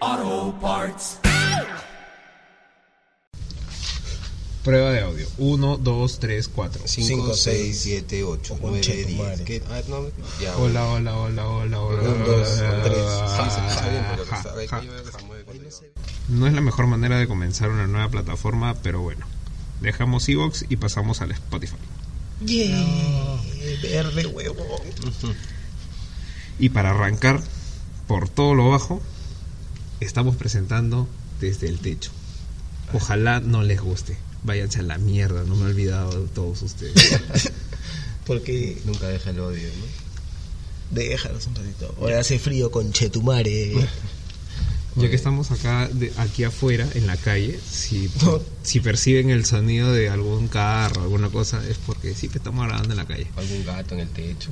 Auto parts. Prueba de audio. 1, 2, 3, 4. 5, 6, 7, 8, 9, 10. ¿Qué? Ah, no, ya. bueno. Hola, hola, hola, hola, hola. Un, dos, tres. Ah, Sí, se me está bien, hola. pero Ja, sabe ja. que yo veo que se mueve cuando yo- No es la mejor manera de comenzar una nueva plataforma, pero bueno. Dejamos Evox y pasamos al Spotify. Yeah, verde huevo. Y para arrancar, por todo lo bajo, estamos presentando desde el techo. Ojalá no les guste. Váyanse a la mierda, no me he olvidado de todos ustedes. Porque nunca deja el odio, ¿no? Déjalos un ratito. Ahora hace frío con Chetumare. Ya que estamos acá, de- aquí afuera, en la calle, si, si perciben el sonido de algún carro, alguna cosa, es porque sí que estamos grabando en la calle. Algún gato en el techo.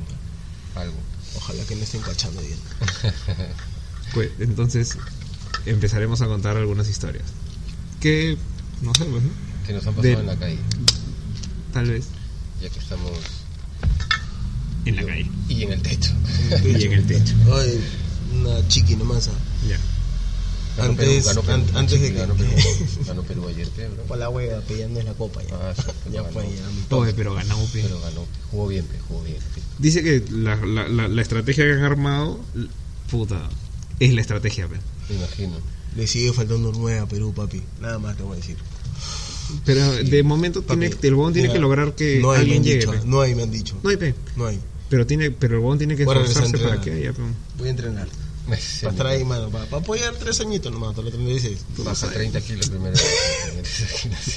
Algo. Ojalá que me estén cachando bien. Pues, entonces empezaremos a contar algunas historias. Que, no sé, pues, ¿no? Que nos han pasado pasado De- en en la la calle. tal vez. Ya que estamos. En la calle. Y en el techo. Y en el techo. Oye, una chiqui nomás. ah. Ya. Ganó Antes- Perú, ganó Perú. an- antes de que- Ganó Perú, ganó Perú ayer, creo, bro. Por la hueva, pues ya no es la copa ya. Ah, sí, pero ya ganó. fue, ya. mi Oye, pero ganamos pe. Pero ganó. Jugó bien, pe, jugó bien. pe. Dice que la, la- la- la estrategia que han armado, l- puta, es la estrategia, pe. Me imagino. top. Le sigue faltando nueve a Perú, papi. Nada más te voy a decir. Pero de momento tiene, Papi, el bon tiene mira, que lograr que no hay, me alguien han llegue. dicho, pe. No hay, me han dicho. No hay pe. No hay. Pero tiene, pero el bon tiene que Voy a regresar a esforzarse para que entrenar. haya. pe. Voy a entrenar. Se Para me- estar ahí, mano. Para apoyar tres añitos nomás, hasta los 36. Baja 30 kilos primero.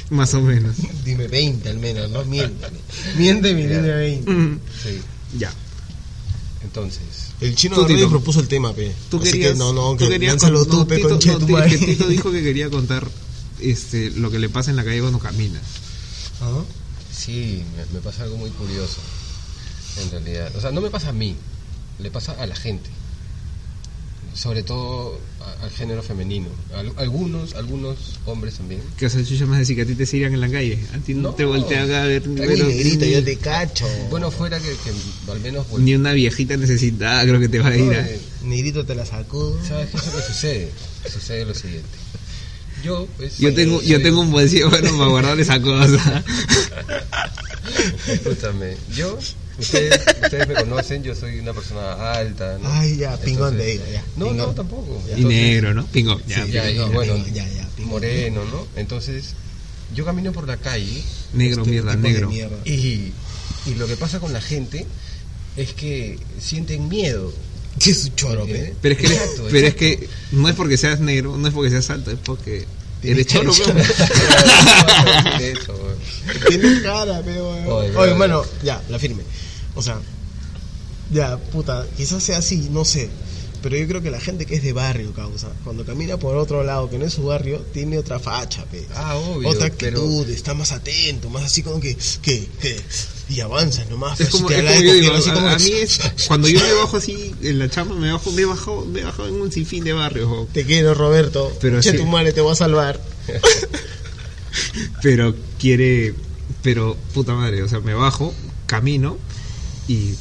Más o menos. Dime 20 al menos, no miéntame. Miénteme, dime 20. Mm, sí. ya. Entonces, El chino Tú, de Tito. propuso el tema, pe. Tú Así querías. que no, no, tú que querías lánzalo con- tú, no, pe, Tito- con no, Tito- que Tito dijo que quería contar este, lo que le pasa en la calle cuando camina. ¿Ah? sí, me, me pasa algo muy curioso. En realidad, o sea, no me pasa a mí, le pasa a la gente. Sobre todo a- al género femenino. Al- algunos, algunos hombres también. Que o sea, chucha más decir que a ti te sigan en la calle. A ti no, No. te voltean a ver. Ay, pero- negrito, yo te cacho. Bueno, fuera que, que al menos vol- Ni una viejita necesitada creo que te va a ir a. Eh, Negrito te la sacudo. ¿Sabes qué es lo que sucede? Sucede lo siguiente. Yo, pues, Yo tengo, yo soy- tengo un bolsillo bueno para guardar esa cosa. Escúchame, yo, ustedes, ustedes me conocen, yo soy una persona alta. ¿no? Ay, ya, pingón de Entonces- ella, ya. No, no, pingón. tampoco. Y Entonces, negro, ¿no? Pingo. Ya, sí, ya, pingo. y bueno, pingón, ya, ya, pingón. moreno, ¿no? Entonces, yo camino por la calle negro, Este mierda, tipo de negro. mierda. y, y lo que pasa con la gente es que sienten miedo. ¿Qué es su choro, Porque- pe? Pero es que, eres- Exacto, pero es exacto. que no es porque seas negro, no es porque seas alto, es porque eres Tienes choro. choro. weón. De eso, ¿eh? weón. Tienes cara, pero. Oye, Oye, pero- hermano, ya, la firme. O sea, ya, puta, quizás sea así, no sé. Pero yo creo que la gente que es de barrio, causa, cuando camina por otro lado que no es su barrio, tiene otra facha, pe. Ah, obvio, Otra pero- actitud, está más atento, más así como que, que, que. Y avanza nomás, pues, Es pe, como, si te es habla como de yo digo, copiar, así a, como a que- mí es, cuando yo me bajo así en la chamba, me bajo, me he bajado, me he bajado en un sinfín de barrios, weón. Te quiero, Roberto. Pero che, así- tu madre te va a salvar. pero quiere, pero puta madre, o sea, me bajo, camino y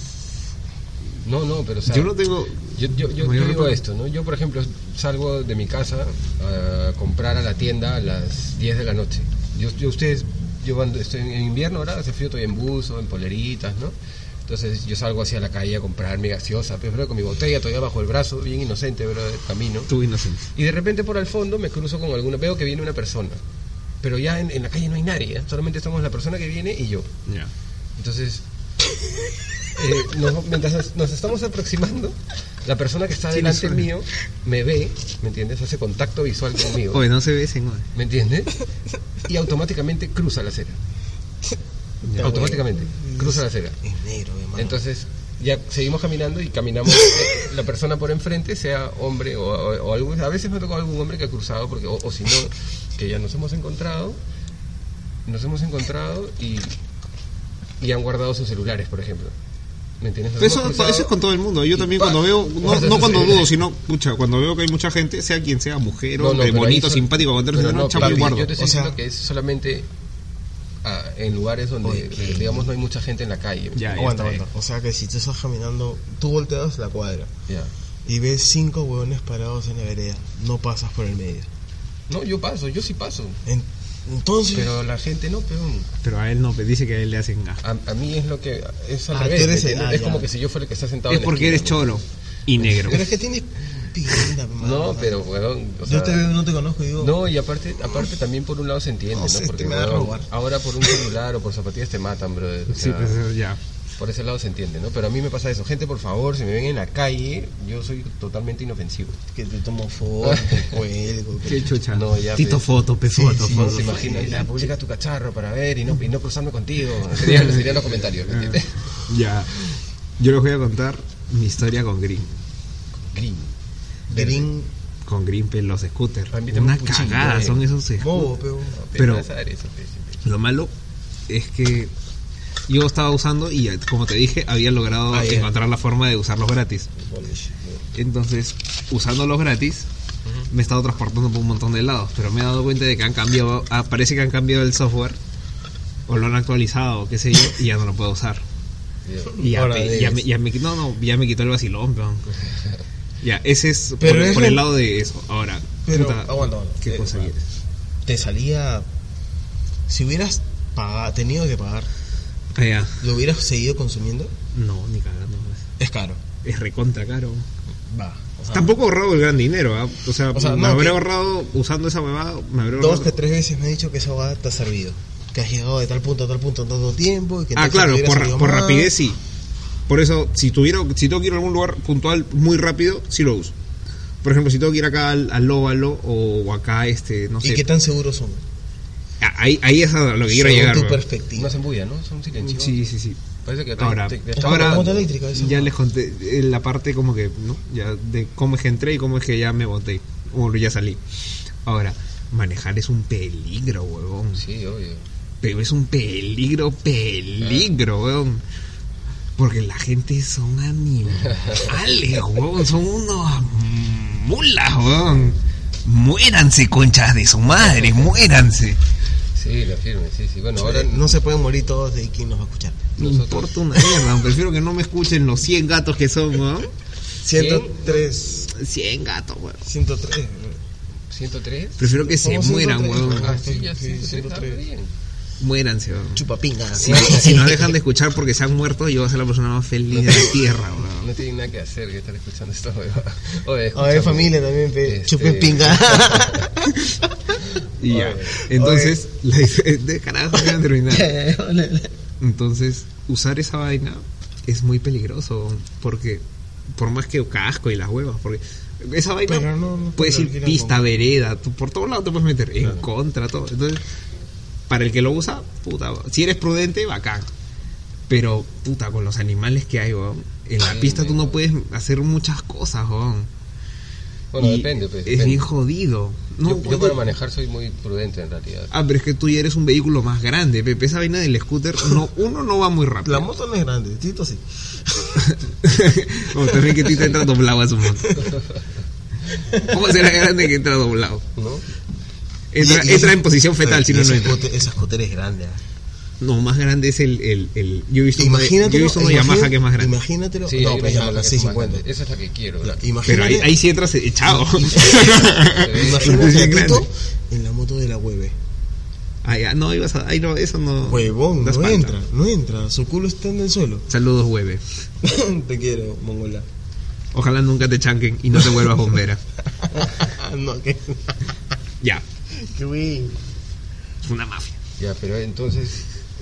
No, no, pero o sea, yo no tengo Yo, yo, yo- mayor yo digo retorno. esto, ¿no? Yo, por ejemplo, salgo de mi casa a comprar a la tienda a las 10 de la noche. Yo, yo ustedes, yo ando- estoy en invierno ahora, hace frío, estoy en buzo, en poleritas, ¿no? Entonces yo salgo hacia la calle a comprar mi gaseosa, pero con mi botella todavía bajo el brazo, bien inocente, bro, camino. tu inocente. Y de repente por al fondo me cruzo con alguna, veo que viene una persona, pero ya en, en la calle no hay nadie, ¿eh? solamente estamos la persona que viene y yo. Ya. Entonces, eh, nos- mientras nos- nos estamos aproximando, la persona que está Sí, delante nos- mío me ve, ¿me entiendes? Hace contacto visual conmigo, Oye, no se besen, oye. ¿me entiendes? Y automáticamente cruza la acera. Ya, automáticamente, güey. cruza la acera. Es negro, hermano. Entonces, ya seguimos caminando y caminamos. eh, La persona por enfrente, sea hombre o, o- o algún- a veces me tocó algún hombre que ha cruzado, porque, o, o si no, que ya nos hemos encontrado, nos hemos encontrado y, y han guardado sus celulares, por ejemplo. ¿Me entiendes? Nos Pero eso, hemos cruzado eso es con todo el mundo. Yo y también ¡pac! cuando veo, no, Guardas no tus cuando dudo, celulares. sino, pucha, cuando veo que hay mucha gente, sea quien sea, mujer, No, no, hombre, pero ahí eh, bonito, son- simpático, cuando pero no, no, chamo, papi, y guardo. Yo te estoy O sea- diciendo que es solamente ah, en lugares donde, Oye, digamos, no hay mucha gente en la calle. eh, Ya, ya Aguanta, está ahí. aguanta. O sea que si tú estás caminando, tú volteas la cuadra Ya. y ves cinco huevones parados en la vereda. No pasas por el medio. No, yo paso, yo sí paso. En- entonces, Pero la gente no, peón. Pero a él no, pues, dice que a él le hacen gaja. A, a mí es lo que. Es al Ah, revés. tú eres ¿me el- entiendes? ah, es ya. como que si yo fuera el que está sentado Es en la porque eres esquina, cholo y negro. pero es que tienes pinta, ¿no? mano, o No, sea, pero, weón. o yo sea, te veo, no te conozco y digo. No, y aparte, aparte también por un lado se entiende, No ¿no? sé, Porque te me va a weón, robar. ahora por un celular o por zapatillas te matan, brother. O Sí, sea, pues, eh, ya. Por ese lado se entiende, ¿no? Pero a mí me pasa eso. Gente, por favor, si me ven en la calle, yo soy totalmente inofensivo. Que te tomo foto, te cuelgo. que- Qué chucha. No, ya, Tito pues. foto, pe Sí, foto, sí, No foto. sí. se imagina, ya, publica tu cacharro para ver y no, y no cruzarme contigo. Serían serían los comentarios, ¿me entiendes? Ya. Yo les voy a contar mi historia con Green. Ah. Green. Green, Con Green, pe, los scooters. Ah, invítame Una un cuchillo, cagada eh. son esos bobo, scooters. pero. Pero- Vas a ver eso, pues, siempre. Lo malo es que yo estaba usando y, como te dije, había logrado Ah, ya. encontrar la forma de usarlos gratis. pues, Entonces, usándolos gratis, me he estado transportando por un montón de lados, pero me he dado cuenta de que han cambiado, ah, parece que han cambiado el software, o lo han actualizado, qué sé yo, y ya no lo puedo usar. Y ya, Ahora pe- debes. ya me, ya me qui- no, no, ya me quitó el vacilón, peón. Ya, ese es Pero por, es por el re- lado de eso. Ahora, Pero, puta, aguanta, aguanta. ¿qué Eh, cosa va. quieres? Te salía. Si hubieras paga- tenido que pagar, Ah, ya. ¿lo hubieras seguido consumiendo? No, ni cagando. pues. Es caro. Es recontra caro. Va. O sea, Tampoco he ahorrado el gran dinero, ¿ah? O sea, Ah. O sea, me no, habré que- ahorrado usando esa huevada, me habré Dos ahorrado- que tres veces me ha dicho que esa abogada te ha servido. Que has llegado de tal punto a tal punto en tanto tiempo. Y que Ah, entonces te claro, hubiera por, ra- servido por más. rapidez sí. Por eso, si tuviera, si tengo que ir a algún lugar puntual muy rápido, sí lo uso. Por ejemplo, si tengo que ir acá al, al óvalo o acá, este, no ¿Y sé. qué tan seguros son? Ah, Ahí, ahí es a lo que quiero Según llegar. tu weón. Y perspectiva. no hacen bulla, ¿no? Son silenciosos. Sí, sí, sí. Parece que te- Ahora, te- te Es están como la ahora moto matando. eléctrica, esa ya huevada. les conté eh, la parte como que, ¿no? Ya de cómo es que entré y cómo es que ya me boté. O ya salí. Ahora, manejar es un peligro, huevón. Sí, obvio. Pero es un peligro, peligro, weón. Porque la gente son animales, weón. Son unos mulas, weón. Muéranse, conchas de su madre, muéranse. Sí, la firme, sí, sí. Bueno, ahora Eh, No se pueden morir todos de quién nos va a escuchar. No Nosotros- importa una mierda, prefiero que no me escuchen los 100 gatos que son, weón. 103. 100 gatos, weón. 103. 103. Prefiero que se Somos mueran, 103, weón. Ah, Ah, sí, sí, ya sí, 103. Está 103. bien. Muéranse, weón. Chupapingas. Si, si no dejan de escuchar porque se han muerto, yo voy a ser la persona más feliz de la tierra, weón. No tienen nada que hacer que estar escuchando esta huevada. A Oye, ver, escúchame. familia también, pe. Este- chupen pinga. Y ya. Oye. Entonces, la idea- de carajo, voy a terminar. Entonces, usar esa vaina es muy peligroso. Porque, por más que casco y las huevas, porque esa vaina Pero no- no te puedes ir tranquilan pista, con- vereda, tú- por todos lados te puedes meter, en Claro. contra, todo. Entonces, para el que lo usa, puta, si eres prudente, bacán. Pero, puta, con los animales que hay, weón, en la Sí, pista tú no weón. puedes hacer muchas cosas, weón. Bueno, Y depende, pues. Es depende. bien jodido. No, yo, yo yo- para manejar soy muy prudente en realidad. Ah, pero es que tú ya eres un vehículo más grande, Pepe. Esa vaina del scooter, no, uno no va muy rápido. La moto no es grande, Tito sí. Como también que Tito entra doblado a su moto. ¿Cómo será grande que entra doblado? ¿No? Entra, Y- y entra ese- en posición fetal, Oye, si y no, no ese entra. scooter- Ese scooter es grande. ah. No, más grande es el. el, el- yo he visto uno de- yo Imagínatelo. he visto uno de imagina- Yamaha que es más grande. Imagínatelo. Sí, no, hay una pues ya, tabla la que es más 650. grande. Esa es la que quiero. Ya, Pero ahí, Imagínate. ahí sí entras echado. Sí, Imagínate a grande. Tito en la moto de la hueve. Ah, ya, no, ibas a. Ahí no, eso no. Huevón, da no espalda. entra, no entra. Su culo está en el suelo. Saludos, hueve. te quiero, mongola. Ojalá nunca te chanquen y no te vuelvas bombera. no, que. ya, que wey. es una mafia. Ya, pero entonces,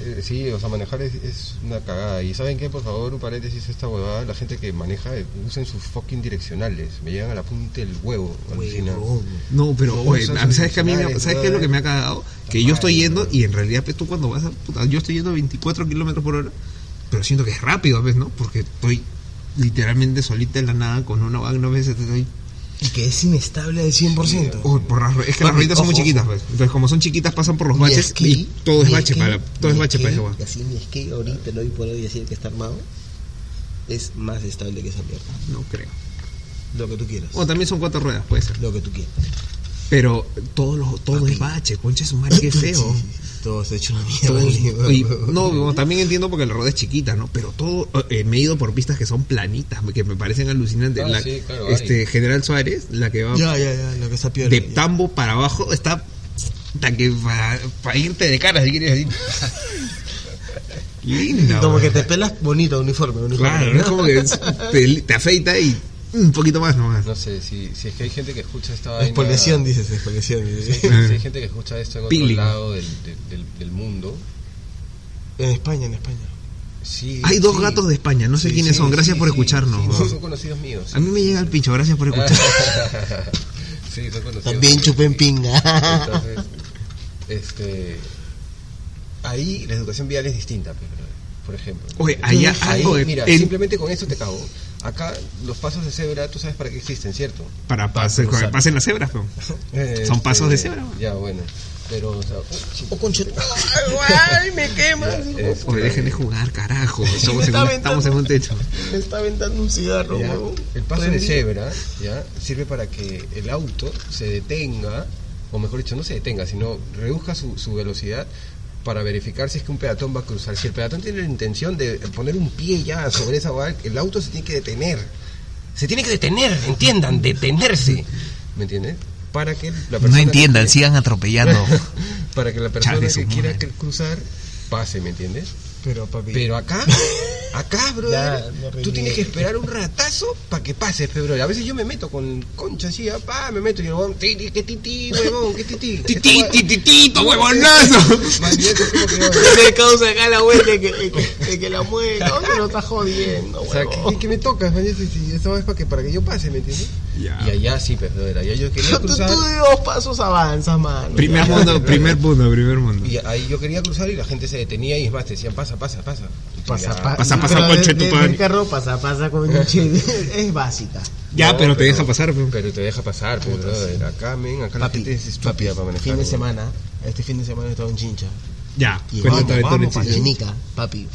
eh, sí, o sea, manejar es, es una cagada. Y ¿saben qué? Por favor, un paréntesis a esta huevada. La gente que maneja, eh, usen sus fucking direccionales. Me llegan a la punta del huevo. alucina. Huevón. No, pero No, oye, son a- ¿sabes, que a mí me- originales, ¿sabes qué es lo que me ha cagado? Que yo estoy Madre, yendo bro. y en realidad pues, tú cuando vas a... puta, yo estoy yendo 24 kilómetros por hora, pero siento que es rápido, ¿ves? ¿No? Porque estoy literalmente solita en la nada con una vaga, no ves, estoy y que es inestable al 100%. Uy, por las, ru- es que las Papi, rueditas son muy ojo. chiquitas, pues. Entonces, como son chiquitas, pasan por los baches y todo es bache para, todo es bache para esa hueá. Y así mi skate ahorita lo hoy por hoy decir que está armado es más estable que esa mierda. No creo. Lo que tú quieras. O también son cuatro ruedas, puede ser. Lo que tú quieras. Pero todo, lo, todo Papi. es bache, concha su madre, qué feo. Sí, sí, sí. Todo se ha hecho una mierda. Todo- Lima, y- weón. no, no, también entiendo porque la rueda es chiquita, ¿no? Pero todo eh, me he ido por pistas que son planitas, que me parecen alucinantes. Ah, La- sí, claro, este General Suárez, la que va Ya, ya, ya. Lo que está peor. de tambo para abajo, está para que para, irte de cara, si quieres decir. Linda. Como weón. que te pelas bonito, uniforme. uniforme Claro, no es como que te, te afeita y un poquito más nomás. No sé, si, si es que hay gente que escucha esta vaina... Expoliación, dices, expoliación. Si, dices. si hay gente que escucha esto en otro Peeling. lado del, del- del- del mundo... En España, en España. Sí, Hay dos sí. gatos de España, no sé Sí, quiénes sí, son, gracias sí, por sí, escucharnos. sí, no, weón. son conocidos míos. A mí me llega el pincho, gracias por escuchar. sí, son conocidos. También míos. chupen pinga. Entonces, este. Ahí la educación vial es distinta, pero, por ejemplo. Oye, allá Ahí, algo de- mira, en- simplemente con esto te cago. Acá los pasos de cebra, tú sabes para qué existen, ¿cierto? para pase- para que pasen las cebras, weón. Este, pasos de cebra, bueno. Ya, bueno. Pero, o sea, O conche- ¡Ay, me quemas! este, Oye, dejen de jugar, carajo. Estamos, en, está un, aventando. estamos en un techo. Me está aventando un cigarro, Ya, huevón. El paso de Prendí. cebra ya sirve para que el auto se detenga, o mejor dicho, no se detenga, sino reduzca su, su velocidad para verificar si es que un peatón va a cruzar. Si el peatón tiene la intención de poner un pie ya sobre esa valla, el auto se tiene que detener. Se tiene que detener, entiendan, detenerse. ¿Me entiendes? Para que la persona que quiere- sigan atropellando. para que la persona Chale, su que quiera madre. cr- cruzar pase, ¿me entiendes? Pero, papi. Pero acá, acá, bro, Ya, me tú arreglé. tienes que esperar un ratazo para que pase, pe, brother. A veces yo me meto con concha así, ah, pa, me meto y el huevón, ti, ti, que ti, ti, huevón, que ti, ti. Titi, tititito, huevonazo. Más bien, es como que, huevón, me causa acá la vuelta que, que, que la mueve. No, que lo está jodiendo, O sea, huevón. que, que me tocas, man, si, si, esto es para que, para que yo pase, ¿me entiendes? Ya. Y allá sí, pe, brother, allá yo quería Tú, tú cruzar. de dos pasos avanzas, mano. Primer Ya, mundo, primer mundo, primer mundo. Y ahí yo quería cruzar y la gente se detenía y es más, te decían, pasa, pasa, pasa. Y "Ah, Pasa, ya, pa- Pasa, pasa, pero conche de- tu de- madre. del carro, pasa, pasa, conche. Es básica. Ya, No, pero te deja pasar, pues. weón. Pero te deja pasar, pe, brother. Acá, men, acá la gente es pues. papi, estúpida para manejar. fin de weón. semana, este fin de semana he estado en Chincha. Ya, Y cuenta vamos, tu aventura vamos, en papi, Chile. Nica, papi.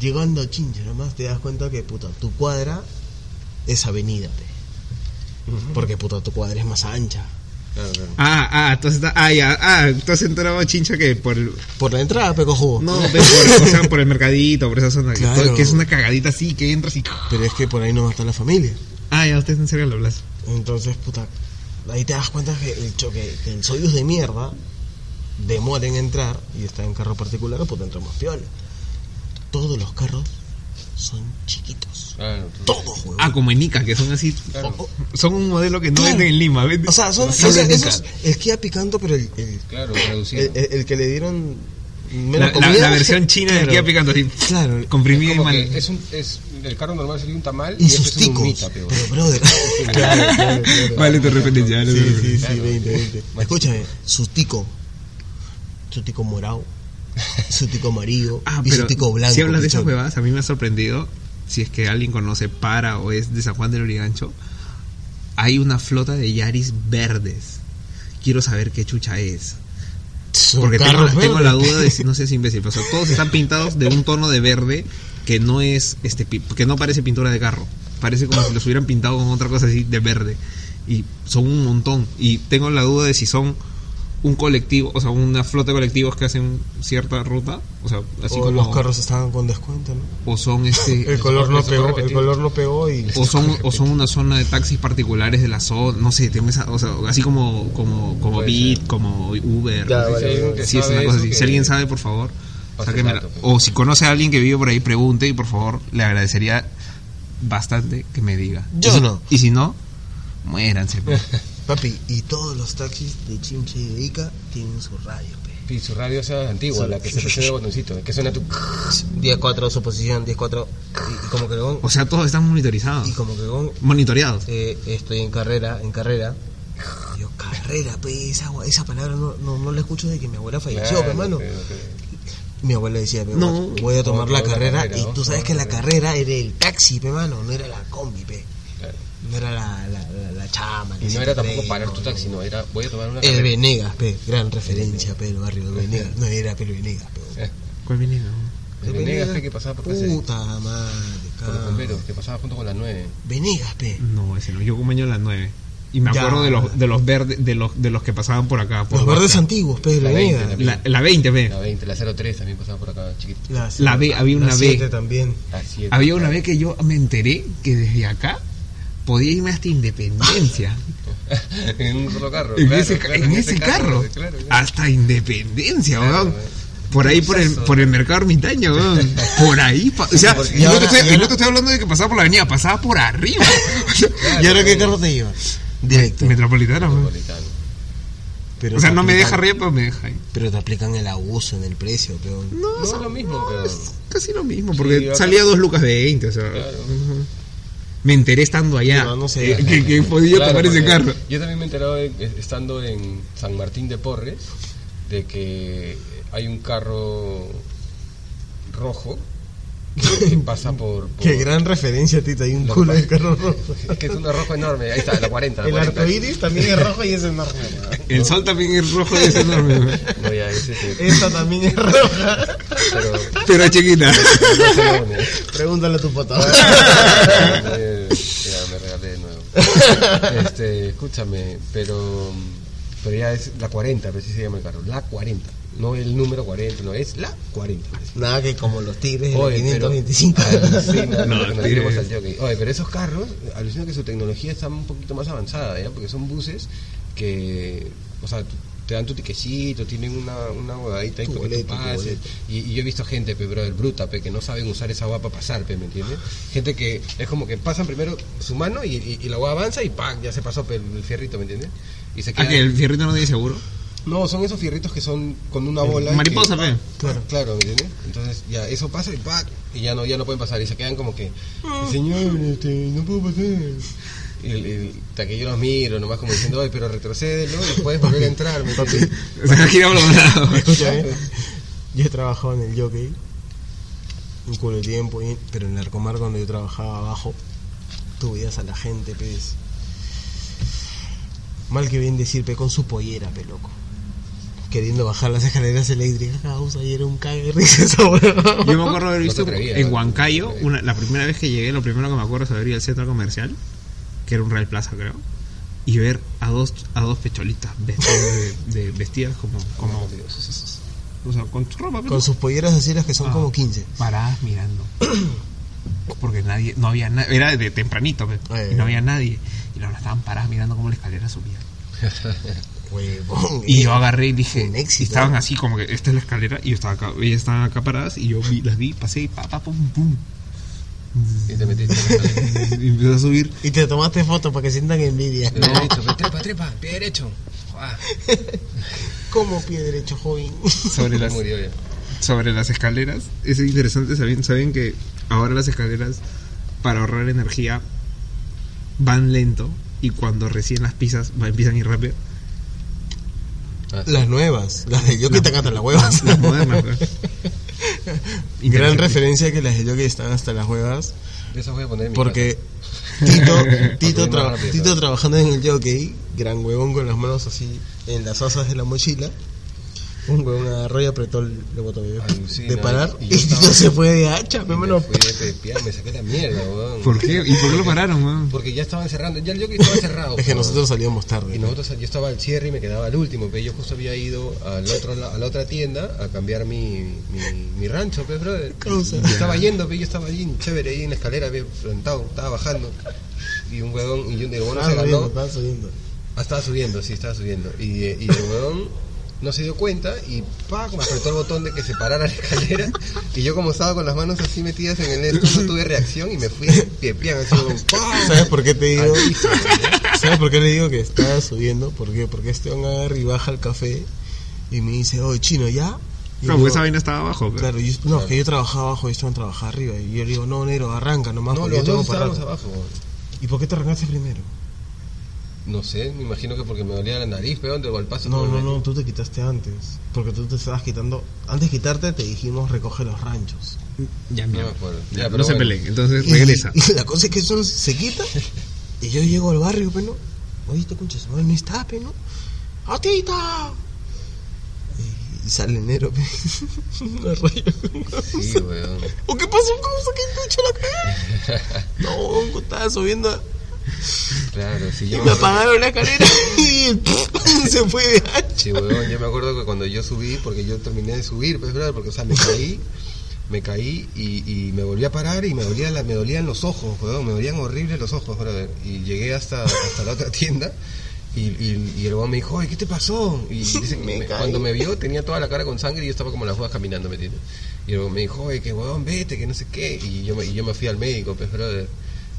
Llegando a Chincha nomás te das cuenta que, puta, tu cuadra es avenida, pe. Porque, puta, tu cuadra es más ancha. Claro, claro. Ah, ah, entonces está, ah, ya, ah, entonces entraba chincha que por el, Por la entrada, pe, cojudo. no, pe, por, o sea, por el mercadito, por esa zona, que, Claro. todo- que es una cagadita así, que entras y, Pero es que por ahí nomás está la familia. ah, ya, ustedes en serio lo hablas. Entonces, puta, ahí te das cuenta que el choque, que el Soyuz de mierda demora en entrar y está en carro particular, puta, entra más piola. Todos los carros son chiquitos. Claro, tú- Todos, huevón. Ah, como en Nica, que son así, Oh, claro. son un modelo que no Claro. venden en Lima, venden- O sea, son, solo o sea, en Nica. esos- el que iba picando, pero el, el, Claro, reducido. el- el- el que le dieron La, menos la- comida. la versión china de Claro. Kia picando así. Claro. Comprimida y Como mal. que es un, es, el carro normal sería un tamal y, Y este sus es un ticos. humita, pero, pero- brother. claro, claro, claro. Vale tu referencia. vale tu Sí, sí, referencia. sí, Claro. 20, 20. Machista. Escúchame, su tico. Su tico morado. Su tico amarillo. Ah, y pero su tico blanco. si hablas de esas pichón. huevadas, a mí me ha sorprendido, si es que alguien conoce Para o es de San Juan del Origancho, hay una flota de Yaris verdes. Quiero saber qué chucha es. Son Porque tengo, carros tengo la verdes. duda de si no sé si imbécil. pero, o sea, todos están pintados de un tono de verde que no es este pi- que no parece pintura de carro. Parece como si los hubieran pintado con otra cosa así de verde. Y son un montón. Y tengo la duda de si son un colectivo, o sea, una flota de colectivos que hacen cierta ruta. O sea, así O como los carros estaban con descuento, ¿no? o son este El color no les tocó pegó, el repetir. color no pegó y o son o son una zona de taxis particulares de la zona, no sé, tengo esa, o sea, así como como como Puede Bit, como Uber. Ya, no sé vale, Si hay alguien que Sí, es sabe una cosa eso, así. que- Si alguien sabe, por favor, Pase sáquenmela. tanto, pues. O si conoce a alguien que vive por ahí, pregunte y por favor, le agradecería bastante que me diga. Yo y si, no. Y si no, muéranse. pues. papi y todos los taxis de Chimcha y de Ica tienen su radio, pe. Y su radio esa antigua, la que se presiona el botoncito, que suena tu... 10-4 su posición, 10-4 y, y como que con- o sea, todos están monitorizados. y como que con- Monitoreados. eh, estoy en carrera, en carrera. Yo, carrera, pe, esa, gua- esa palabra no, no, no la escucho de que mi abuela falleció, pe, hermano. pero- pero- Mi abuela decía, pe, No. guacho, voy a tomar No, la no, la carrera, carrera, y no, tú sabes no, que la no. carrera era el taxi, pe, mano, no era la combi, pe. claro. No era la, la, la, la chama. Y no era tampoco parar tu taxi, no, era voy a tomar una El carrera. Venegas, pe, gran referencia, pe, el barrio del Venegas. No era, pe, el Venegas, pe. Eh, ¿Cuál venía? El Venegas fue este que pasaba por casa de- Puta madre, por los cabrón. bomberos, que pasaba junto con las 9. Venegas, pe. No, ese no. Yo acompañé a las 9. Y me Ya. acuerdo de los, de los verdes, de los, de los que pasaban por acá. Por Los verdes Huasca. antiguos, pe, el La veinte Venegas. también. La, la 20, ve. La 20, la 03 también pasaba por acá, chiquito. La, La B, había una la B. siete también. La 7. Había una vez que yo me enteré que desde acá podía irme hasta Independencia. en un solo carro. en claro, ese, ca- claro, en ese carro. Ah. claro, claro. Hasta Independencia, Claro, weón. weón. Por ahí, por el, Luxazo. por el mercado ermitaño, weón. Por ahí. pa- o sea, Porque- y y no, ahora- te estoy, y y no ahora- te estoy hablando de que pasaba por la avenida, pasaba por arriba. O sea, ¿Y ahora qué carro te lleva? este. Directo. Metropolitana, weón. Metropolitano. Pero O sea, te no me aplican- deja arriba, pero me deja ahí. Pero te aplican el abuso en el precio, peón. No, No, es lo mismo, pero. es casi lo mismo, porque Sí, acá- salía dos lucas de 20, o sea. Claro. Me enteré estando allá Pero no se que, deja. que- que podía Claro, tomar ese porque carro. Yo también me he enterado de- estando en San Martín de Porres de que hay un carro rojo que pasa por. por- Qué gran referencia, Tita. Hay un Lo culo que de pasa- carro rojo. Es que es un rojo enorme, ahí está, la 40. La El 40. arco iris también es rojo y es enorme. weón. El sol también es rojo y es enorme. ¿no? No, ya, ese sí, Esta también es roja. pero. Pero chiquita. pero no es enorme. Pregúntale a tu patadón. Eh, ya, me regalé de nuevo. Este, escúchame, pero. Pero ya es la 40, pero sí se llama el carro. La 40. No el número 40, no, es la 40. pues. Nada que como los tigres de la Oye, pero- 525. Alucina, No, lo que nos tire. dimos al jockey. Oye, pero esos carros, alucina que su tecnología está un poquito más avanzada, ¿ya? Porque son buses que, o sea, tú- te dan tu tiquecito, tienen una, una huevadita ahí Tu para que tú boleto, tu pases. boleto. Y, y yo he visto gente, pe, brother, bruta, pe, que no saben usar esa hueá para pasar, pe, ¿me entiendes? Gente que es como que pasan primero su mano y, y- y la hueá avanza y ¡pam! Ya se pasó pe, el fierrito, ¿me entiendes? Y se Ah, queda... que el fierrito no tiene seguro. No, son esos fierritos que son con una bola... y que- Mariposa, pe. Claro, claro, ¿me entiendes? Entonces ya eso pasa y ¡pac! y ya no, ya no pueden pasar y se quedan como que, Mm. señor, este, no puedo pasar. Y, el- el- hasta que yo los miro, nomás como diciendo, ay, pero retrocédelo y puedes volver a entrar, ¿me entiendes? O sea, giraba los lados. Escúchame. Yo he trabajado en el jockey un culo de tiempo, y- pero en el Arcomar cuando yo trabajaba abajo, tú veías a la gente, pues. Mal que bien decir, pe, con su pollera, pe, loco. Queriendo bajar las escaleras eléctricas, "Ah, causa, y era un cague de risa esa huevada. Yo me acuerdo haber No visto te atrevías, en ¿no? Huancayo, No te una- la primera vez que llegué, lo primero que me acuerdo es haber ido al centro comercial, que era un Real Plaza, creo, y ver a dos, a dos pecholitas vestidas, de, de- vestidas como, Oh, como. O sea, con su ropa, Con sus polleras así, las que son Ah. como 15. paradas mirando. Porque nadie, no había nadie, era de tempranito, pe, Ay, y Eh. no ay. había nadie. Y las estaban paradas mirando cómo la escalera subía. Huevón. Y yo agarré y dije, Un éxito. ¿eh? y estaban así como que esta es la escalera y yo estaba acá, ellas estaban acá paradas y yo vi, las vi, pasé y pa, pa, pum, pum. Y te metiste. en el- Y empecé a subir. Y te tomaste fotos para que sientan envidia. Pie derecho, pe, "Pues trepa, trepa, pie derecho. Ah, Como pie derecho, joven. Sobre las, murió ya. sobre las escaleras, es interesante, ¿saben, saben que ahora las escaleras, para ahorrar energía, van lento y cuando recién las pisas, va- empiezan a ir rápido. Ah, sí. Las nuevas, las de Jockey están hasta las huevas. Las modernas, ¿no? Gran Interesante. referencia que las de Jockey están hasta las huevas. De esas voy a poner en mi Porque Tito, Porque Tito, es más tra- rápido, Tito ¿sabes? trabajando en el jockey, gran huevón con las manos así en las asas de la mochila. Un huevón agarró y apretó el, el botón de- Alucina, de parar. y Y, yo estaba- Tito se fue de "Ah, hacha, casa. pe, Y mano. Me, fui de pepear, me saqué la mierda, weón. ¿Por qué? ¿Y por qué lo pararon, weón? Porque ya estaban cerrando, ya el jockey estaba cerrado. Es que weón. nosotros salíamos tarde. Y nosotros, yo estaba al cierre y me quedaba al último, pero yo justo había ido al otro, la- a la otra tienda a cambiar mi, mi, mi rancho, pero brother. Causa. Y Estaba yendo, pero yo estaba ahí, chévere, ahí en la escalera, pe, plantado, estaba bajando. Y un huevón, y un- el huevón Estaba se subiendo, ganó. Ah, estaba subiendo. Ah, estaba subiendo, sí, estaba subiendo. Y, eh, y el huevón no se dio cuenta y ¡pac! me apretó el botón de que se parara la escalera. Y yo, como estaba con las manos así metidas en el esto, no tuve reacción y me fui de pie, pie, así, huevón, ¡pam! ¿Sabes por qué te digo? Al piso, weón. ¿Sabes por qué le digo que estaba subiendo? ¿Por qué? Porque este hombre agarra y baja al café y me dice, oye, chino, ¿ya? Y Claro, yo, pues, porque esa vaina estaba abajo. pero- Claro, yo, no, es que yo trabajaba abajo y estaban trabajando arriba. Y yo le digo, no, negro, arranca nomás. No, porque yo los tengo dos para estábamos rato". abajo. weón. ¿Y por qué te arrancaste primero? No sé, me imagino que porque me dolía la nariz, pero del golpazo. No, que me no, no, metí. tú te quitaste antes. Porque tú te estabas quitando. Antes de quitarte, te dijimos recoge los ranchos. Ya, No me acuerdo. Ya, Ya, no pero se bueno. peleen, entonces regresa. Y, y la cosa es que eso se quita Y yo llego al barrio, pero no. Oye, este concha su madre no está, pero no. ¡Atita! Y- Y sale enero, pe. Una raya con causa. Sí, weón. ¿O qué pasó con causa? ¿Qué te ha hecho la cara? No, un estaba subiendo Claro, sí, y yo me me acuerdo- apagaron la carrera y se fue de ancho. Sí, weón, yo me acuerdo que cuando yo subí, porque yo terminé de subir, pues, brother, porque, o sea, me caí, me caí y, y me volví a parar y me, dolía la- me dolían los ojos, weón, me dolían horribles los ojos, brother. Y llegué hasta, hasta la otra tienda y, y- y el weón me dijo, oye, ¿qué te pasó? Y dicen, Me me- caí. cuando me vio tenía toda la cara con sangre y yo estaba como las juegas caminando, ¿me entiendes? Y el weón me dijo, oye, que weón, vete, que no sé qué. Y yo me, y yo me fui al médico, pues, brother.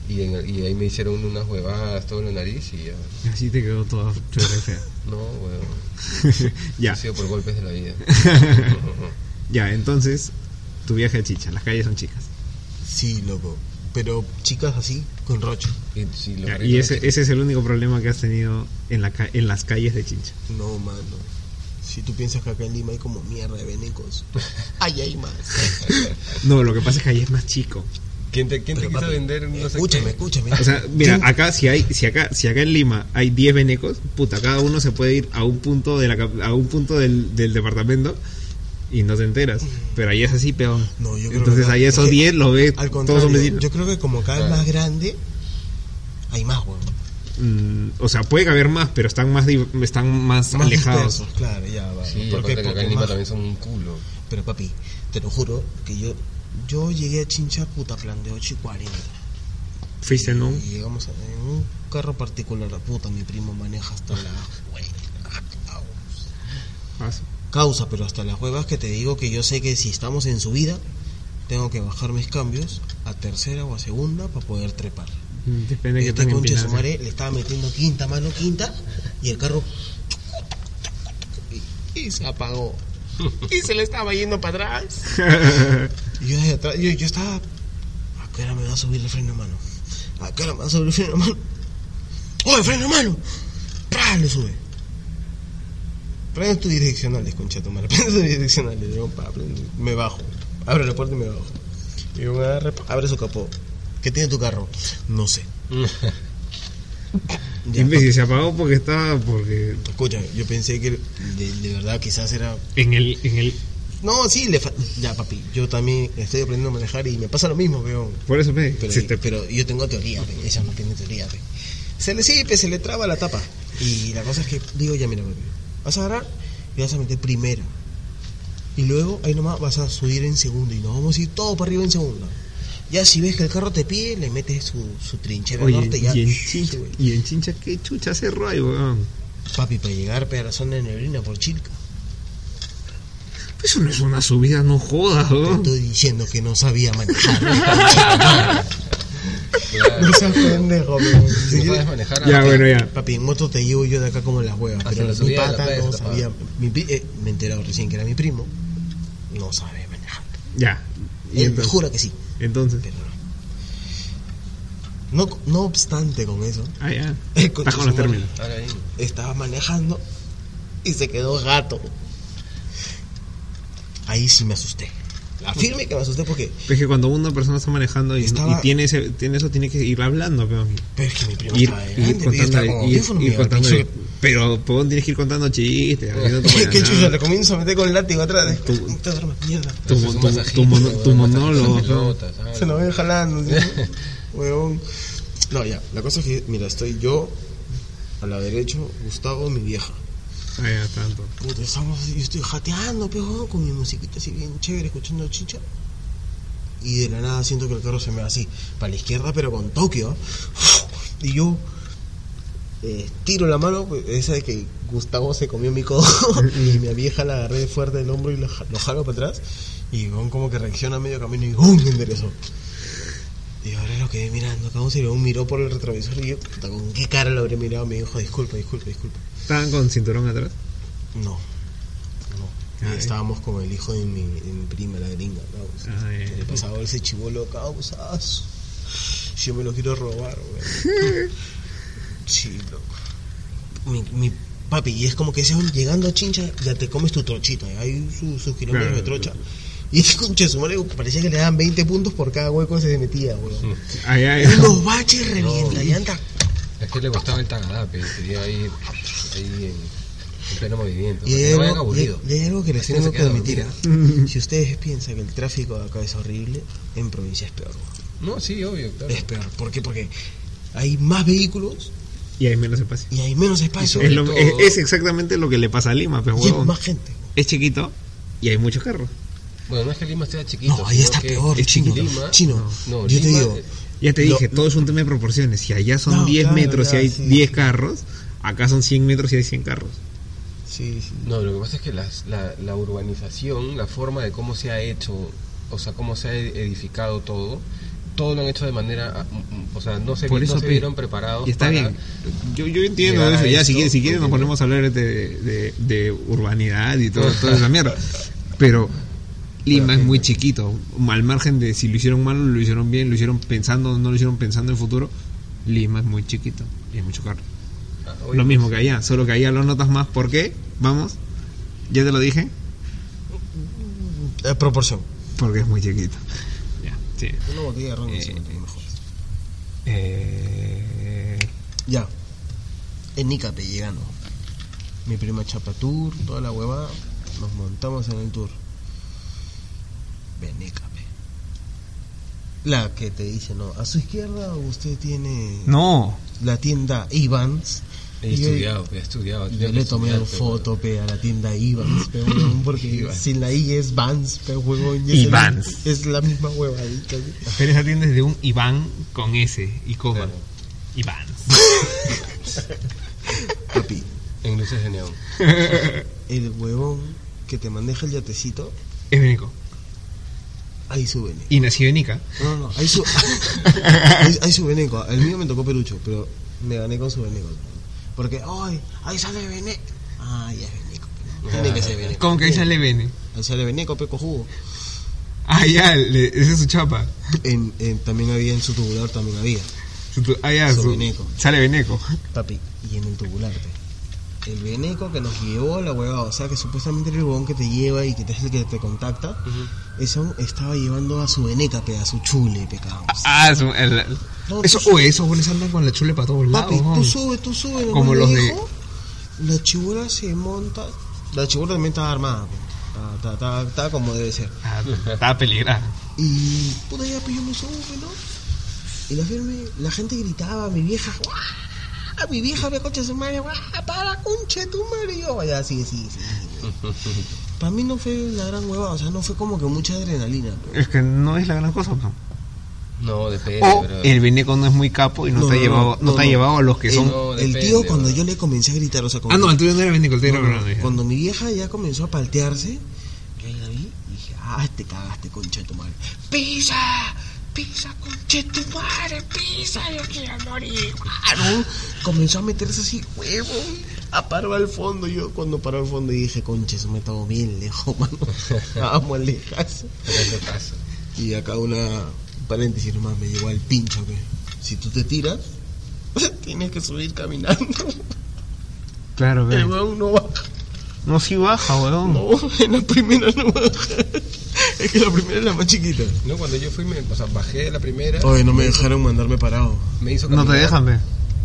Y, en el- y ahí me hicieron unas huevadas, todo en la nariz y ya. Así te quedó toda chévere fea. No, weón. ya. Ha sido por golpes de la vida. ya, entonces, tu viaje a Chicha, las calles son chicas. Sí, loco. Pero chicas así, con rocho. y sí, lo Ya, arreglo. y ese, eh, ese es el único problema que has tenido en, la, ca- en las calles de Chincha. No, mano. Si tú piensas que acá en Lima hay como mierda de venecos, ahí hay más. No, lo que pasa es que ahí es más chico. ¿Quién te, quién te Pero, quiso papi, vender? No sé escúchame, qué? escúchame. O sea, mira, ¿Quién- acá si hay, si acá, si acá en Lima hay 10 venecos, puta, cada uno se puede ir a un punto de la cap- a un punto del, del departamento y no te enteras. Pero ahí es así, peón. No, yo creo Entonces que- ahí es esos que, 10 los ves, todos son Al contrario, vecinos. yo creo que como cada vez Claro. más grande, hay más, weón. Mm, o sea, puede haber más, pero están más div- están más, Más alejados. dispersos, claro, ya va. Sí, ¿Por qué? aparte que acá Porque en Lima más- también son un culo. Pero papi, te lo juro que yo, yo llegué a Chincha puta plan de 8 y 40. Fuiste en un Y llegamos a- en un carro particular, la puta, mi primo maneja hasta la hueva. paso. Causa, pero hasta las huevas que te digo que yo sé que si estamos en subida, tengo que bajar mis cambios a tercera o a segunda para poder trepar. Mm, Depende de qué Este tan conche de su empinado sea. madre le estaba metiendo quinta, mano quinta, y el carro y, y se apagó. Y se le estaba yendo para atrás. Y yo desde atrás, yo, yo estaba. ¿A qué hora me va a subir el freno a mano? ¿A qué hora me va a subir el freno a mano? ¡Oh, el freno a mano! ¡Pra! Le sube. Prende tus direccionales, concha tu madre. Prende tus direccionales, yo, pa, prende. Me bajo. Abro la puerta y me bajo. Y yo agarre, pa, abre su capó. ¿Qué tiene tu carro? No sé. Ya, Imbécil, se apagó porque estaba porque pa- escúchame, yo pensé que de, de verdad quizás era. en el en el No, sí, le fa- ya papi. Yo también estoy aprendiendo a manejar y me pasa lo mismo, peón. por eso me Pero, se te- pero yo tengo teoría, pe, ella no tiene teoría. pe. Se le sí, pe, se le traba la tapa. Y la cosa es que digo, ya mira, papi, vas a agarrar y vas a meter primera. Y luego ahí nomás vas a subir en segunda y nos vamos a ir todo para arriba en segunda. Ya si ves que el carro te pide, le metes su, su trinchera al Oye, norte y ya. y en Sí, Chincha, güey. y en Chincha qué chucha hace Roy, weón. Papi, para llegar pe, a la zona de neblina por Chilca. Pues Eso no es una subida, no jodas, Te weón. estoy diciendo que no sabía manejar. Claro. no seas pendejo, pe. Si no sabes manejar, Ya, ah, bueno, ya. Papi, en moto te llevo yo de acá como las huevas, Hasta pero Ah, la mi subida de la pata pesta, no pa. sabía. mi pri- eh, me he enterado recién que era mi primo. No sabe manejar. Ya. Y Él me entonces, eh, jura que sí, entonces. pero no. No, no obstante con eso, Ah, ya. El Estás con los conchesumadre. términos. ahora ahí. estaba manejando y se quedó gato. Ahí sí me asusté. Afirme que me asusté porque. Es Pues que cuando una persona está manejando y, Estaba- y tiene, ese, tiene eso, tiene que ir hablando, peón. Pero es que mi primo Ir, estaba de ir grande, y contando, estaba con ir- audífono, ir mira, contando- pensé que- Pero, peón, tienes que ir contando chistes. haciendo tu ¿Qué mañana. chucha? Le comienzo a meter con el látigo atrás. Tu- No te duermas, mierda. Tu- Haces un tu- masajito, tu mono- weón, tu masajito monólogo, en claro. pelotas, ah, Se lo voy jalando, ¿sí? huevón. No, ya, la cosa es que, mira, estoy yo a la derecha, Gustavo, mi vieja. Ah, ya, tanto. Puta, estamos, yo estoy jateando, pejón, con mi musiquita así bien chévere, escuchando chicha. Y de la nada siento que el carro se me va así, para la izquierda, pero con Tokio. Y yo eh, tiro la mano, pues, esa de que Gustavo se comió mi codo, y mi vieja la agarré fuerte del hombro y lo, ja- lo jalo para atrás. Y huevón como que reacciona a medio camino y ¡bum! me enderezó. Y ahora lo quedé mirando, cabrón, se lo miró por el retrovisor y yo, puta, ¿con qué cara lo habré mirado? Me dijo, disculpa, disculpa, disculpa. Estaban con cinturón atrás. No. No. Ah, ¿eh? Estábamos con el hijo de mi, de mi prima, la gringa, causa. Ah, ¿eh? Le pasaba ese chivolo, causas. Yo me lo quiero robar, güey. sí, loco. Mi, mi papi, y es como que ese hombre llegando a Chincha, ya te comes tu trochita. ¿eh? Hay su- sus kilómetros de Claro. trocha. Y ese conche su madre, parecía que le daban 20 puntos por cada hueco que se metía, güey. Ah, ya, ya. Unos baches revienta, llantas Es que le gustaba el tagadape, quería ir ahí en, en pleno movimiento. Y para hay, que no vayan algo, y hay- aburrido. y hay algo que les Así no tengo que se queda admitir. dormido. ¿ah? si ustedes piensan que el tráfico de acá es horrible, en provincia es Eh. peor. güey. No, sí, obvio, claro. Es peor. ¿Por qué? Porque hay más vehículos Y hay menos espacio. y hay menos espacio. Es, lo- todo- es- es exactamente lo que le pasa a Lima, pero Y hay huevón. más gente. Es chiquito y hay muchos carros. Bueno, no es que Lima sea chiquito. No, ahí sino está que peor, es chino. Lima- chino, yo no, Lima- te digo, Ya te Lo- dije, todo es un tema de proporciones. Si allá son No, 10 claro, metros y ya, hay sí. 10 carros, acá son 100 metros y hay 100 carros. sí, sí. No, lo que pasa es que las- la, la urbanización, la forma de cómo se ha hecho, o sea, cómo se ha edificado todo, todo lo han hecho de manera, ah, mm, mm, o sea, no se, Por no eso, se pe. vieron preparados. Y está para- bien. Yo, yo entiendo llegar a eso. Ya, si esto, quieres, si quieres nos entiendo. ponemos a hablar de, de- de urbanidad y todo, toda esa mierda. Pero Lima es muy chiquito. Al margen de si lo hicieron mal, lo hicieron bien, lo hicieron pensando, no lo hicieron pensando en futuro. Lima es muy chiquito y hay mucho carro. Ah, oye, Lo mismo que allá, solo que allá lo notas más. ¿Por qué? Vamos, ya te lo dije, Eh, proporción. porque es muy chiquito. Ya, sí. Una botella de ron encima, Eh. mejor. Eh, Ya. En Nicape llegando. Mi prima chapa tour, toda la huevada. Nos montamos en el tour. Ven, Nícape. La que te dice, no, a su izquierda usted tiene no, la tienda Ivans. He Y yo- estudiado, he estudiado. y tenía Yo que le pues, tomé estudiar, un pero- foto pe, a la tienda Ivans, pe, huevón, porque Ivans. sin la I es Vans, pe, huevón, y es, el- Ivans. es la misma huevadita. pe. Pero esa tienda es de un Iván con S y coma. Claro. Iván. Papi, En luces de neón. el huevón que te maneja el yatecito, Es único. ahí súbele. Y nacido en Ica. No, no, no, hay su, hay, hay su Beneco. El mío me tocó Perucho, pero me gané con su Beneco. Porque, ¡ay! ¡Ahí sale Beneco! ¡Ay, es Beneco! pe. Tiene que ser Beneco. Como que ahí sale Bene. Ahí sale Beneco, peco jugo. Ah, ya, le- esa es su chapa. En, en- también había en su tubular, también había. Su tu- ah, ya, Su su- Beneco. sale Beneco. Papi, y en el tubular, pe. El Beneco que nos llevó a la huevada, o sea que supuestamente era el huevón que te lleva y que te es el que te contacta, ese huevón estaba llevando a su Beneca, pe, a su chule, pecado. Ah, su, el- el- No, eso, tú- oye, esos goles andan con la chule para todos lados. Papi, tú ¿no? subes, tú subes. nomás Ah, oh. Como le los de- dijo. La chibura se monta. La chibura también estaba armada. pues. Estaba- Estaba estaba- estaba como debe ser. Ah, estaba peligrada. Y puta ya, pues yo me subo, pues, ¿no? Y la, firme, la gente gritaba, mi vieja, ¡guau! Mi vieja me coche su madre, ¡guau! ¡Para, concha de tu madre! Y yo, vaya, sí, sí, sí. Para mí no fue la gran huevada, o sea, no fue como que mucha adrenalina. pues. pero- Es que no es la gran cosa, ¿no? No, depende, O pero... el Beneco no es muy capo y no, No, te ha no, llevado, no, no, te ha no. llevado a los que el, son. no, el depende, tío, cuando bro. yo le comencé a gritar, o sea, como Ah, no, que- el tuyo no era Beneco, el tuyo No, era no, Fernando, ya. Cuando mi vieja ya comenzó a paltearse, yo ahí la vi y dije, ah, te cagaste, concha de tu madre. ¡Pisa! ¡Pisa, concha de tu madre! ¡Pisa! Yo quiero morir. Claro. Comenzó a meterse así, huevo. A paró al fondo. Yo cuando paró al fondo dije, concha, eso me estaba bien lejos, mano. Vamos, lejas. pero es lo que pasa. Y acá una un paréntesis nomás me llegó al pincho que si tú te tiras, tienes que subir caminando. Claro, El pero. huevo no baja. No, si baja, weón. No, en la primera no baja. Es que la primera es la más chiquita. No, cuando yo fui, me, o sea, bajé de la primera, Oye, no me dejaron mandarme parado. me hizo No te caminar. dejan, ve.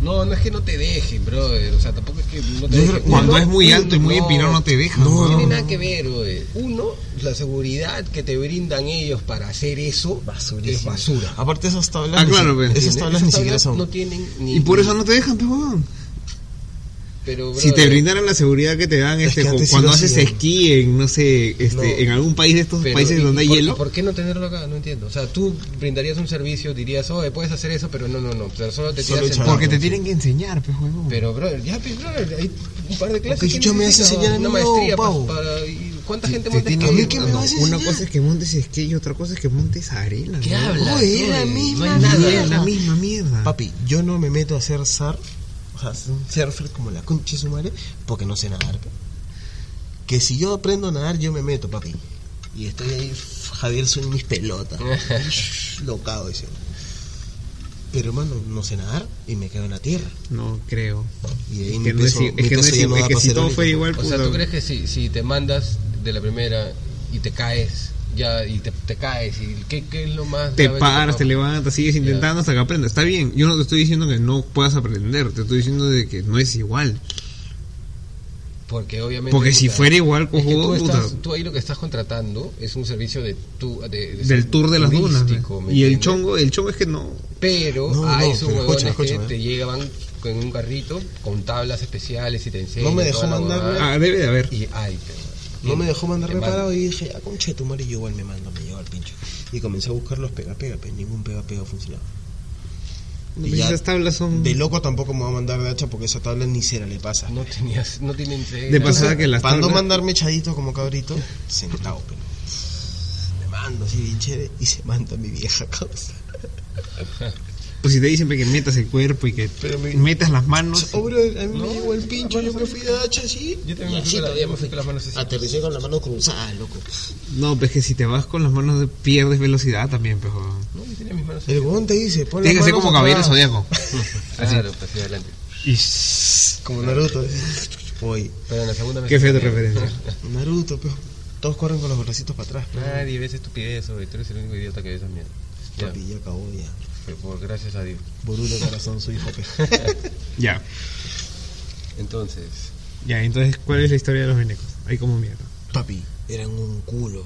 No, no es que no te dejen, brother. O sea, tampoco es que no te Yo dejen. creo- cuando Uno- es muy alto y muy empinado, no te dejan, ¿no? No, tiene nada que ver, brother. Uno, la seguridad que te brindan ellos para hacer eso es basura. Aparte esas tablas. Ah, claro, ni, pero- si- Esas ¿Entiendes? tablas Esas ni siquiera tablas son. No tienen ni. Y por eso no te dejan, pe, weón. Pero, Si te brother, brindaran la seguridad que te dan Es este, que cu- antes sí cuando lo haces hacían. esquí en, no sé, este, No. en algún país de estos pero, países ¿y- donde y hay por, hielo. ¿Por qué no tenerlo acá? No entiendo. O sea, tú brindarías un servicio, dirías, oye, puedes hacer eso, pero no, no, no. O sea, solo te Solo tiras echar Porque te Sí. tienen que enseñar, pues, huevón. Pero, brother, ya, pues, brother, hay un par de clases. ¿Qué que chucha me vas a necesitas, enseñar a mí, Una maestría, no, pavo? pa- para. ¿y ¿Cuánta gente Te monta tienen- esquí, ¿A mí qué me hermano? vas a una enseñar? cosa es que montes esquí y otra cosa es que montes arena. ¿Qué weón. hablas? Oye, es la brother? misma No hay mierda. Es nada. la misma mierda. Papi, yo no me meto a hacer surf. O sea, un surfer como la concha de su madre. Porque no sé nadar. pe. Que si yo aprendo a nadar, yo me meto, papi. Y estoy ahí, f- Javier suena mis pelotas. Locado ese. Pero hermano, no sé nadar y me quedo en la tierra. No creo. Y de ahí Es mi que no es peso- i- mi es que no peso es ya i- no es da que pa' si ser todo fuera único. igual, O sea, puta, ¿tú crees que si, si te mandas de la primera y te caes, ya y te, te caes y qué, qué es lo más Te grave que paras, te pueda- levantas, sigues intentando hasta que aprendas. Está bien, yo no te estoy diciendo que no puedas aprender, te estoy diciendo de que no es igual. porque obviamente Porque si puta, fuera igual, es que cojudo, tú, puta. estás- tú ahí lo que estás contratando es un servicio de, tu, de- de- Del tour de las dunas. turístico, ¿me Y el entiendes? chongo, el chongo es que no. pero No, hay no, esos pero huevones escucha, escucha, que eh. te llegan con un carrito con tablas especiales y te enseñan No me dejó toda la mandarle- huevada. Ah, debe de haber. y ay pero No me dejó mandar Te mando. reparado y dije, ah, conche, tu madre, yo igual me mando, me llevo al pincho. Y comencé a buscar los pega-pega, pero ningún pega-pega funcionaba. Y ya- Pues, Esas tablas son. De loco tampoco me va a mandar de hacha porque esa tabla ni cera le pasa. no tenías no tienen fe, De nada. pasada que las Para no tablas- mandarme echadito como cabrito, sentado, pero. Me mando así bien chévere y se manda mi vieja causa. Pues si te dicen pe, que metas el cuerpo y que Pero me- metas las Ah, manos. Oh, bro, a mí me llegó el pincho, yo me fui de hacha así. Yo también me y fui así con la- todavía me fui con las manos así. Aterricé con las manos cruzadas, loco. No, pues que si te vas con las manos de- pierdes velocidad también, pues. huevón. no yo tenía mis manos El huevón te dice, pon Tienes que las ser manos como caballero atrás. zodiaco. claro pues, hacia adelante Y Como Naruto. Oye, pero en la segunda me Qué fea tu sentí- referencia. Naruto, pero todos corren con los bracitos para atrás. pero- Nadie ve esa estupidez, hoy tú eres el único idiota que ve esa mierda. Ya, Papi, ya acabó ya. fue por gracias a Dios. Boruto corazón su hijo. pe. Ya, Entonces, ya, entonces, ¿cuál es la historia de los venecos? Ahí como mierda. Papi, eran un culo.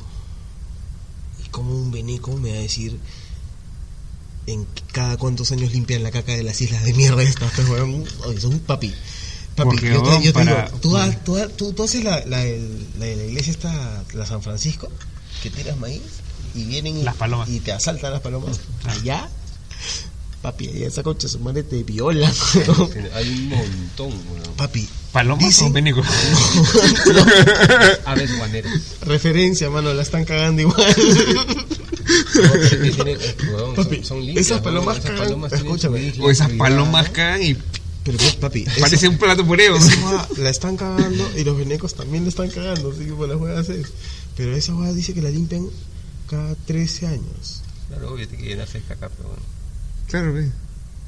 Y como un veneco me va a decir en cada cuántos años limpian la caca de las islas de mierda estas, pues, weón. Oye, son papi. Papi, Porque, yo te, yo te weón, digo, para- tú, ha- tú, ha- tú- tú haces la, la, del- la de la iglesia esta, la San Francisco, que tiras maíz y vienen y, Las palomas. y te asaltan las palomas. Allá, papi, allá esa concha su madre te viola. weón. hay un montón, weón. papi, ¿Palomas Dicen- o venecos? Aves guaneras. referencia, mano, la están cagando igual. Que tienen- weón, Papi, son, son limpias, esas weón, palomas esas cagan- palomas tienen su escúchame. isla O esas privada. palomas caen y Pero pues, papi, esa- parece un plato pureo. esa hueá la están cagando y los venecos también la están cagando, así que pues la hueá es. Pero esa hueá dice que la limpian cada 13 años. Claro, obvio, tiene que llenarse de caca, pero bueno. Claro, pues.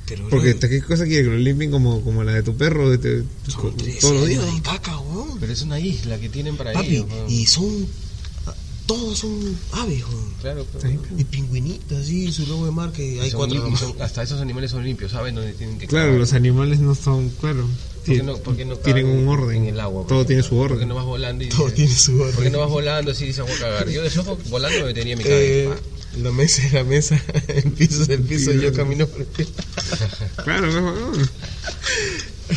Pero Porque brother, ¿qué cosa quiere que lo limpien como, como la de tu perro? Este, son con- 13 todos los días. años de caca, huevón. Pero es una isla que tienen para Papi, ellos, weón. y son ah, todos son aves, huevón. Claro, pero, Sí. weón. Y pingüinitas, así, su logo de mar que hay Son cuatro limpios, nomás. son- hasta esos animales son limpios, saben dónde tienen que Claro, cagar. los animales no son, claro. ¿Por qué ti- no- por qué no tienen cagan un orden. En el agua, por Todo ejemplo? tiene su ¿Por qué orden. no vas volando y Todo dices- tiene su ¿Por qué orden. no vas volando así y dices voy a cagar? Yo de flojo volando me tenía mi cabeza. Eh, la mesa es la mesa, el piso es el piso, yo camino por el piso. Claro, pues, huevón.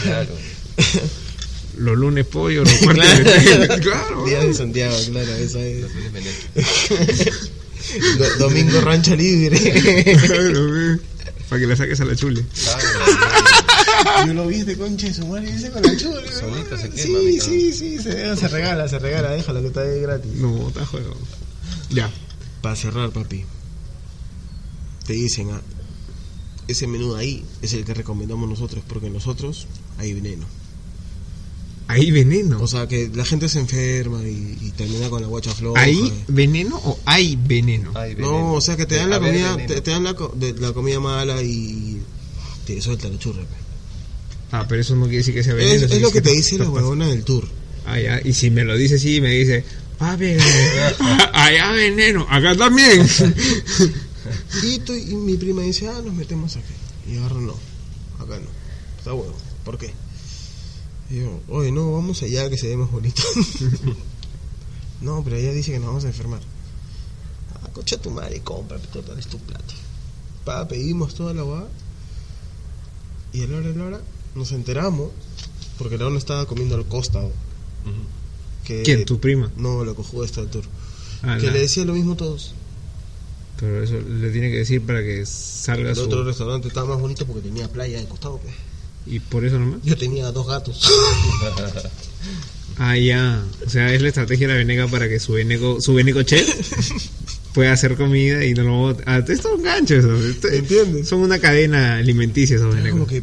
Claro. Los lunes pollo, los martes claro. claro. Día de huevón. Santiago, claro, esa es. Los lunes veneco. Do- Domingo rancha libre. Claro, pues. Para que la saques a la chule. Yo lo vi este conche de su madre ese con la chula. Solito se quema, mi Sí, cabrón. sí, sí, se, deja, eh, se regala, se regala, déjala que está ahí gratis. No, está juego. Ya. Para cerrar, papi. Te dicen, ah, ese menú de ahí es el que recomendamos nosotros, porque nosotros hay veneno. Ahí veneno. O sea, que la gente se enferma y, y termina con la guacha floja. eh. ¿Ahí veneno o hay veneno? Ay, veneno. No, o sea, que te dan A la ver, comida, veneno. te, te dan la, co- de- la comida mala y te suelta la churra. pe. Ah, pero eso no quiere decir que sea Es, veneno. es sino lo que te dice la estás huevona del tour. Ah, ya. Y si me lo dice así, me dice, papi, allá veneno, acá también. Y, tú- y mi prima dice, ah, nos metemos acá. Y agarro, no, acá no. Está huevo. ¿Por qué? Y yo, oye, no, vamos allá que se ve más bonito. no, pero ella dice que nos vamos a enfermar. Ah, cocha tu madre, compra, total, es tu plato. Pa, pedimos toda la guada. Y a la hora, a la hora, nos enteramos, porque la no estaba comiendo al costado. Que, ¿Quién? ¿Tu prima? No, la cojuda está del tour. Ah, que no. le decía lo mismo a todos. Pero eso le tiene que decir para que salga El su... otro restaurante estaba más bonito porque tenía playa de costado. pe. Y por eso nomás. Yo tenía dos gatos. Ah, ya. O sea, es la estrategia de la veneca para que su veneco, su veneco chef pueda hacer comida y no lo bote. Ah, esto es un gancho eso. Esto- ¿Entiendes? Son una cadena alimenticia esos Era venecos. como que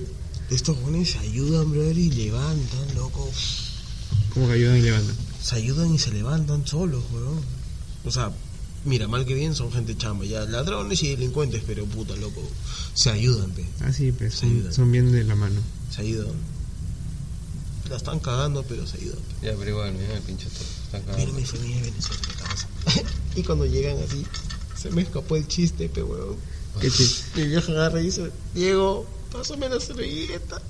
estos jóvenes ayudan, brother, y levantan, loco. Como que ayudan y levantan. Se ayudan y se levantan solos, weón. O sea, mira, mal que bien son gente chamba, ya ladrones y delincuentes, pero puta, loco. Se ayudan, pe. Ah, sí, pues Se son, ayudan. son bien de la mano. Se ayudan. La están cagando, pero se ayudan. pe. Ya, pero igual, mira el pinche todo. Está Mira cagado. mi familia de Venezuela, ¿qué está pasando? y cuando llegan así, se me escapó el chiste, pe weón. ¿Qué chiste? Mi vieja agarra y dice, Diego, pásame la servilleta.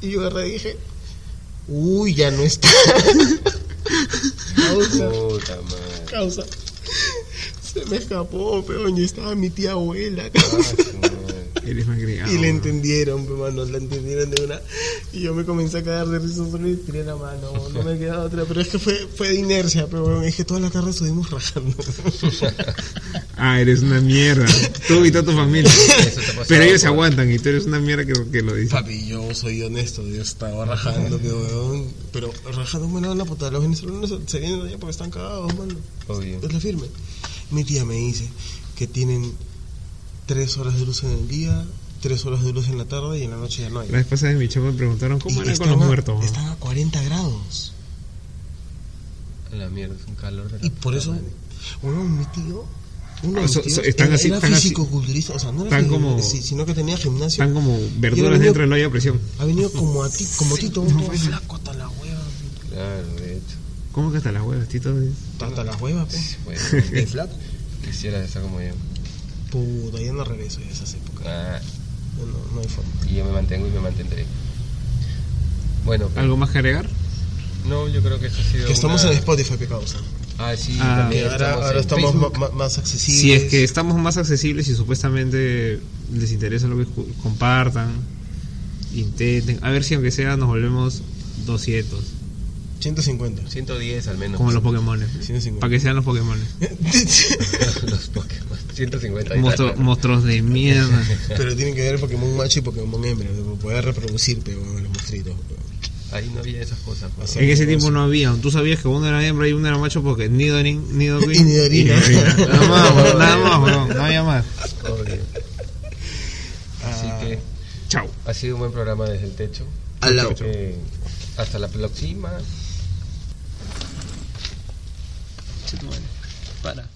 Y yo agarré y dije, uy, ya no está. causa, Puta madre. causa. Se me escapó, peón, y estaba mi tía abuela. Ah, su madre. Eres más Ah, agregado. Y le ¿no? entendieron, pe mano, la entendieron de una. Y yo me comencé a cagar de risa solo y tiré la mano, weón, no me quedaba otra. Pero es que fue, fue de inercia, pero weón, es que toda la tarde estuvimos rajando. Ah, eres una mierda. Tú y toda tu familia. te pasa Pero ellos se algo. aguantan y tú eres una mierda que, que lo dice. Papi, yo soy honesto, yo estaba rajando, pe weón. Pero rajando, mano, la puta, los venezolanos se- se vienen de allá porque están cagados, mano. Obvio. Es la firme. Mi tía me dice que tienen tres horas de luz en el día, tres horas de luz en la tarde y en la noche ya no hay. La vez pasada en mi chamba me preguntaron Y cómo eran con están los a- muertos. Están a 40 grados. A la mierda, es un calor de la Y por puta eso, madre. uno mi tío, uno de Ah, mis so- tíos so- están era, así, era están así. físico-culturista, o sea, no era Están físico- como- sí, sino que tenía gimnasio. Están como Yo verduras venía- dentro del hoyo a presión. Ha venido como a ti, como Tito, No, todo bueno. flaco hasta la hueva, Claro, de hecho. ¿Cómo que hasta las huevas, Tito? hasta la hueva, pe. Bueno, De flaco. quisiera estar como yo. Puta, ya no regreso de esas épocas. Ah, Ya No, no hay forma. y yo me mantengo y me mantendré. Bueno, pero- ¿Algo más que agregar? no, yo creo que esto ha sido. Que estamos una- en Spotify, pe causa. Ah, sí, Ah. Que también ahora estamos ahora en estamos Facebook. ma- ma- más accesibles. si es que estamos más accesibles y supuestamente les interesa lo que escu- compartan, intenten. A ver si aunque sea nos volvemos 200. 150. 110 al menos. Como los Pokémon. 150. Para que sean los Pokémon. Los Pokémon. 150 y Monstru- tal. monstruos de mierda. Pero tienen que ver el Pokémon macho y Pokémon hembra. Para poder reproducir, pe, weón, los mostritos. Ahí no había esas cosas. pues. Así En ese tiempo no había. Tú sabías que uno era hembra y uno era macho porque ni Dorin, ni Queen. Ni Dorina. Nada más, weón, nada más, weón, no había más. Obvio. Así que Chao. ha sido un buen programa desde el techo. Al lado. Eh, hasta la próxima. Para.